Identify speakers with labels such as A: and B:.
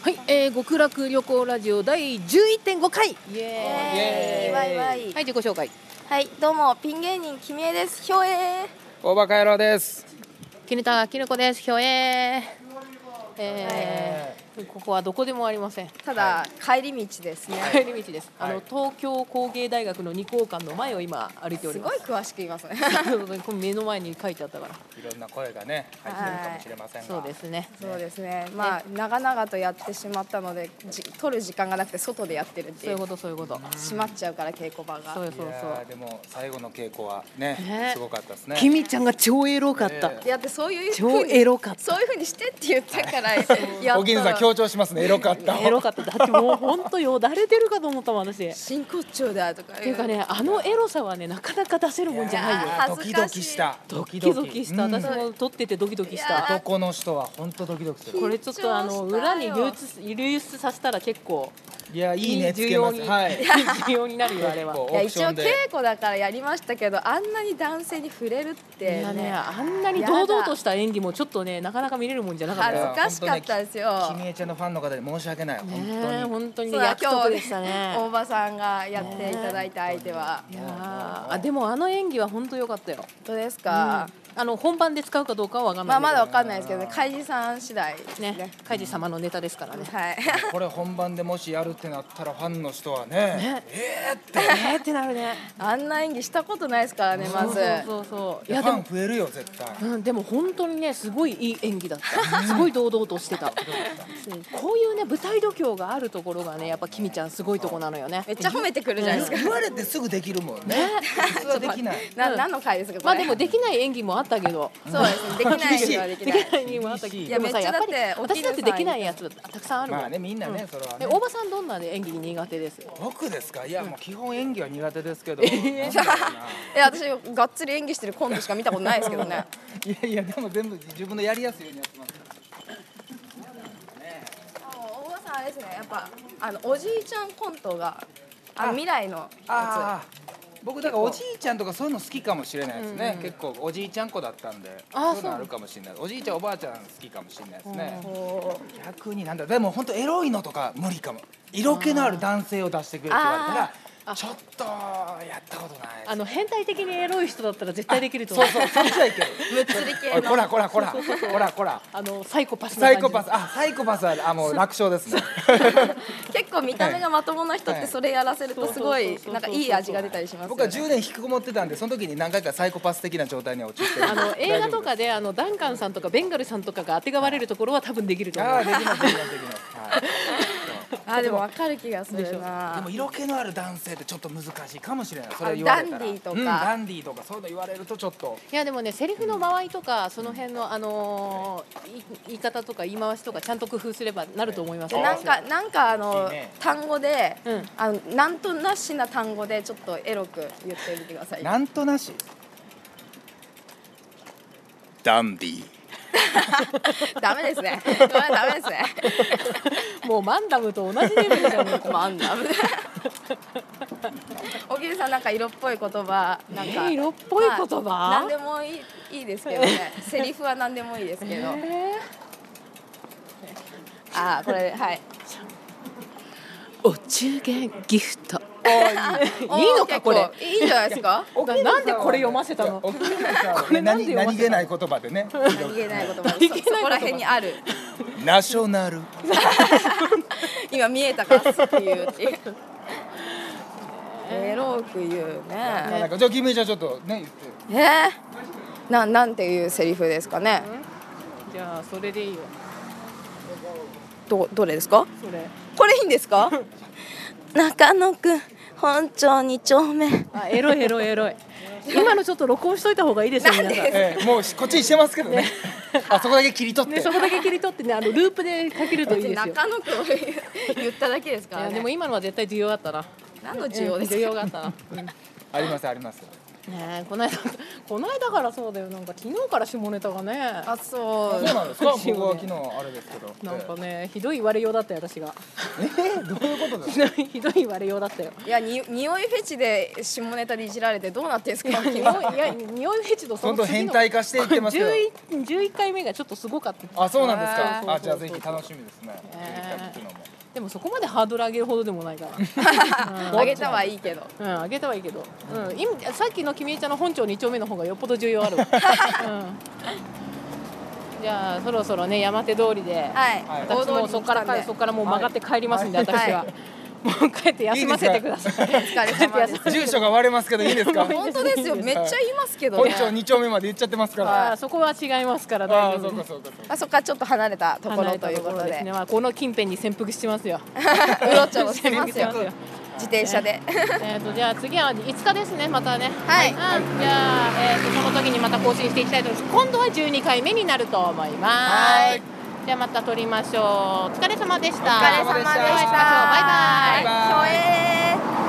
A: はい、えー、極楽旅行ラジオ第11.5回イエ
B: えー、わいわい
A: ーイは。い、自己紹介
B: はい、どうも、ピン芸人きみえです。ひょえ
C: 大バカ野郎です。
A: きぬたきぬこです、ひょえーえー、ここはどこでもありません
B: ー。ただ、帰り道ですね。
A: 帰り道です、あ
C: は
A: の
C: い
A: 東京工芸大学の二校館の前を今歩いており
B: す
A: ま
B: ごい
A: す
B: 詳しく言いますね。
A: ごいこれ目の前に書いてあったから
C: いろんな声がね、入ってるかもしれませんが。
A: そうですね
B: そうですね。まあ、長々とやってしまったので、じ、取る時間がなくて、外でやってるって
A: そう
B: い
A: いう
B: う。
A: ことそういうこと
B: 閉まっちゃうから、稽古場が。
A: そう
B: い
A: よそう
C: いや
A: そ
C: ー
A: う
C: でも最後の稽古はね、
A: ね
C: すごかったですね。
D: きみちゃんが超エロかった、
C: え
B: や、だって、そういうふ
D: 超
B: うに
D: エ。ロかった
B: そういうふうにしてって言ったから。やった
C: おぎんさん強調しますね。エロかった。
A: エロかっただってもう本当よだれてるかと思ったもん私っ
B: 真骨頂だとか。って
A: ていうか。ねあのエロさはねなかなか出せるもんじゃないよ
B: いやー
C: ド
B: 恥ず
C: キ
B: かしい
C: ドキした。
A: ドキドキした、
C: うん
A: 私も撮っててドキドキし
B: いや
A: た
C: 男の人は本当ドキドキする。
A: これちょっとあの
B: 緊張した
A: 裏
B: よ
A: に流出流出させたら結構
C: いやいいねつ
A: 重
C: けま
A: 要
C: す。
A: に、
C: はい。
A: 重要になるよあれは
C: こう
B: い
C: オ
B: や、
C: ークシ
B: 一
C: ョ
B: 応
C: ンで
B: 稽古だから、やりましたけど、あんなに男性に触れるって。
A: いやねあんなに堂々とした演技もちょっとねなかなか見れるもんじゃなかった
B: 恥
A: よ
B: ずかしかったです
C: き
B: よ。
C: みえちゃんのファンの方に申し訳ない。本
A: ねえ
C: 当に。
A: 本当に
B: そ
A: ね
B: うだ
A: 約束でしたね
B: 大場さんがやっていただいた相手は、
A: いやーあでもあの演技は本当良かったよ、
B: 本当です
A: うん
B: か
A: あ、の本番で使うかどうかは分かんな
B: ま
A: い
B: あ
A: んだ
B: ま
A: け
B: だ
A: ど
B: わかんないですけどね海事さん次第ですね
A: ねカイジ様のネタですからね
B: はい
C: これ本番でもしやるってなったらファンの人はね、
A: えーってなる ね
B: あんな演技したことないですからねま
A: そう
B: ず
A: そうそうい
C: フ
A: やで
C: ァ
A: も
C: ン増えるよ絶 対。
A: うん、でも本当にねすごいいい演技だったすごい堂々としてた、うんこういうね舞台度胸があるところがねやっぱきみちゃんすごいとこなのよね
B: めっちゃ褒めてくるじゃないですか、
C: 言われてすぐできるもんね。普通は できない。
B: な何の回ですかこれ
A: まあでもできない演技もあったけど
B: そうですねできない人はでき
A: で
B: ない
A: きない演技もあったけど
C: い
B: や
A: でもさ
B: めっち
A: や
B: ゃ
A: っぱり
B: だってお
A: 私
B: 昼
A: だ
B: さん
A: ってできないやつたくさんあるもん、
C: まあねみんなねそれは
A: え
C: ね。
A: 大場さんどんなね演技苦手です
C: 僕ですかいやもう基本演技は苦手ですけど、なんだろう
B: いや私がっつり演技してるコントしか見たことないですけどね
C: ないやいやでも全部自分のやりやすいようにやってます
B: 大場さんあれですねやっぱあのおじいちゃんコントがあの未来のや
C: ああ僕だからおじいちゃんとかそういうの好きかもしれないですね、結構おじいちゃん子だったんで
A: ああ
C: そういうのあるかもしれないおじいちゃんおばあちゃん好きかもしれないですね、逆になんだでも本当エロいのとか無理かも色気のある男性を出してくれって言われたらちょっとやったことないです
A: あの変態的にエロい人だったら絶対できると
C: そ
A: 思
C: う
A: う
C: そうそっちはいける
B: つ釣り系
C: おい
B: の
C: こらこらこらこらこら
A: あのサイコパスな感
C: サイ
A: じ
C: コパスあサイコパスはあもう楽勝ですね
B: 結構見た目がまともな人ってそれやらせるとすごい
A: そう
B: なんかいい味が出たりしますよ
C: 僕は
B: ね
C: 10年引きこもってたんでその時に何回かサイコパス的な状態には陥って る
A: あの映画とかであのダンカンさんとかベンガルさんとかがあてがわれるところは多分できると思う
C: ああで きますできますできます、はい
B: あでもわかる気がする
C: で
B: な
C: も色気のある男性ってちょっと難しいかもしれないそれ言われた
B: あダ
C: ら
B: ンディーとか
C: うんダンディーとかそういうの言われるとちょっと
A: いやでもねセリフの間合いとかその辺のあのーい言い方とか言い回しとかちゃんと工夫すればなると思いますよ。
B: なんかなんかあの
C: いいね
B: 単語で
A: うん
B: あのなんとなしな単語でちょっとエロく言ってみてください
C: なんとなしダンディー
B: ダメで すねこれはダメですね
A: もうマンダムと同じレベ ルじゃねえか。
B: まあダメ おぎりさんなんか色っぽい言葉なんか、
A: えー色っぽい言葉
B: まあなんでもいいいいですけどねセリフはなんでもいいですけど、ああこれはい
A: お中元ギフト。いい
B: おー
A: のかこれ。
B: 結構いいんじゃないですか
A: ななんでこれ読ませたの。
C: おきなさんは
A: これ
C: ね
A: なんで読
C: 何
A: ま
C: 何
A: せ
C: 気ない言葉 でね
B: 逃げない言葉
A: げない
B: そそこら辺にある
C: ナショナル
B: 今見えたからすって いうっていうエロく言うね
C: なんかじゃあ君ちゃんちょっとね言って
B: えー、ななんていうセリフですかね
A: じゃあそれでいいよ。
B: どどれですか
A: それ。
B: これいいんで すか中野くん本町二丁目
A: あエロいエロいエロい。今のちょっと録音しといた方がいいですよ皆さん。
C: ええもうこっちにしてますけどねあそこだけ切り取っ
A: ね
C: て
A: そこだけ切り取ってねあのループでかけるといいですよ。
B: 中野くんを言っただけですか
A: い
B: ら
A: や
B: ね
A: でも今のは絶対需要あったな。
B: 何の需要です
A: 需
B: か
A: 要があったな。
C: ありますあります
A: ねえこの間 この間からそうだよなんか昨日から下ネタがね
B: あそ
C: そう
B: う
C: なんですか 僕は昨日あれですけど
A: なんかねひどい言われようだったよ私が
C: ええどういうことで
A: ひ
C: す
A: どい ひどい言われようだったよ
B: いやに匂いフェチで下ネタでいじられてどうなってんすか
A: 匂いいや匂いフェチとそ
C: どん
A: の
C: どん
A: 次
C: 変
A: の
C: 態化していってますよ
A: 11 11回目がちょっとすごかった
C: あ、そうなんです
A: そうそうそう
C: か。あ、じゃあ
A: そう
C: ぜ
A: そう
C: ひ楽しみですね。
A: ねでもそこまでハードル上げるほどでもない から
B: あげたはいいけど
A: うん、あげたはいいけど、うん、今さっきの君江ちゃんの本町2丁目の方がよっぽど重要あ るわ、うん、じゃあそろそろね山手通りで、
B: はい、
C: はい
A: 私もうそこからかそこからもう曲がって帰りますんで、
C: はい
A: 私は、もう帰って休ませてください
B: お疲れ様です
C: 住所が割れますけどいいです か
B: 本当ですよめっちゃ言いますけど
C: 本
B: ね
C: 町二丁目まで行っちゃってますか
A: あー
C: ら
A: そこは違いますから
C: ああ
A: 大
C: ー
A: 丈
C: そう
A: 夫で
C: か
A: す
B: あそ
C: そうかそうか
B: こからちょっと離れたとこ
A: 離
B: ろ
A: れた
B: ということ
A: です
B: で
A: ね、まあ、この近辺に潜伏してますよ
B: うろちょろしてます
A: 潜
B: よ
A: 伏して
B: 自転車で
A: えっとじゃあ次は5日ですねまたね
B: はい
A: うんじゃあ、えー、とその時にまた更新していきたいと思います今度は12回目になると思います
C: はい
A: じゃあまた撮りましょうお疲れ様でしたお
B: お疲れ様でした
A: お会いしましょうバイバイ
C: バイバイ
B: ひょえー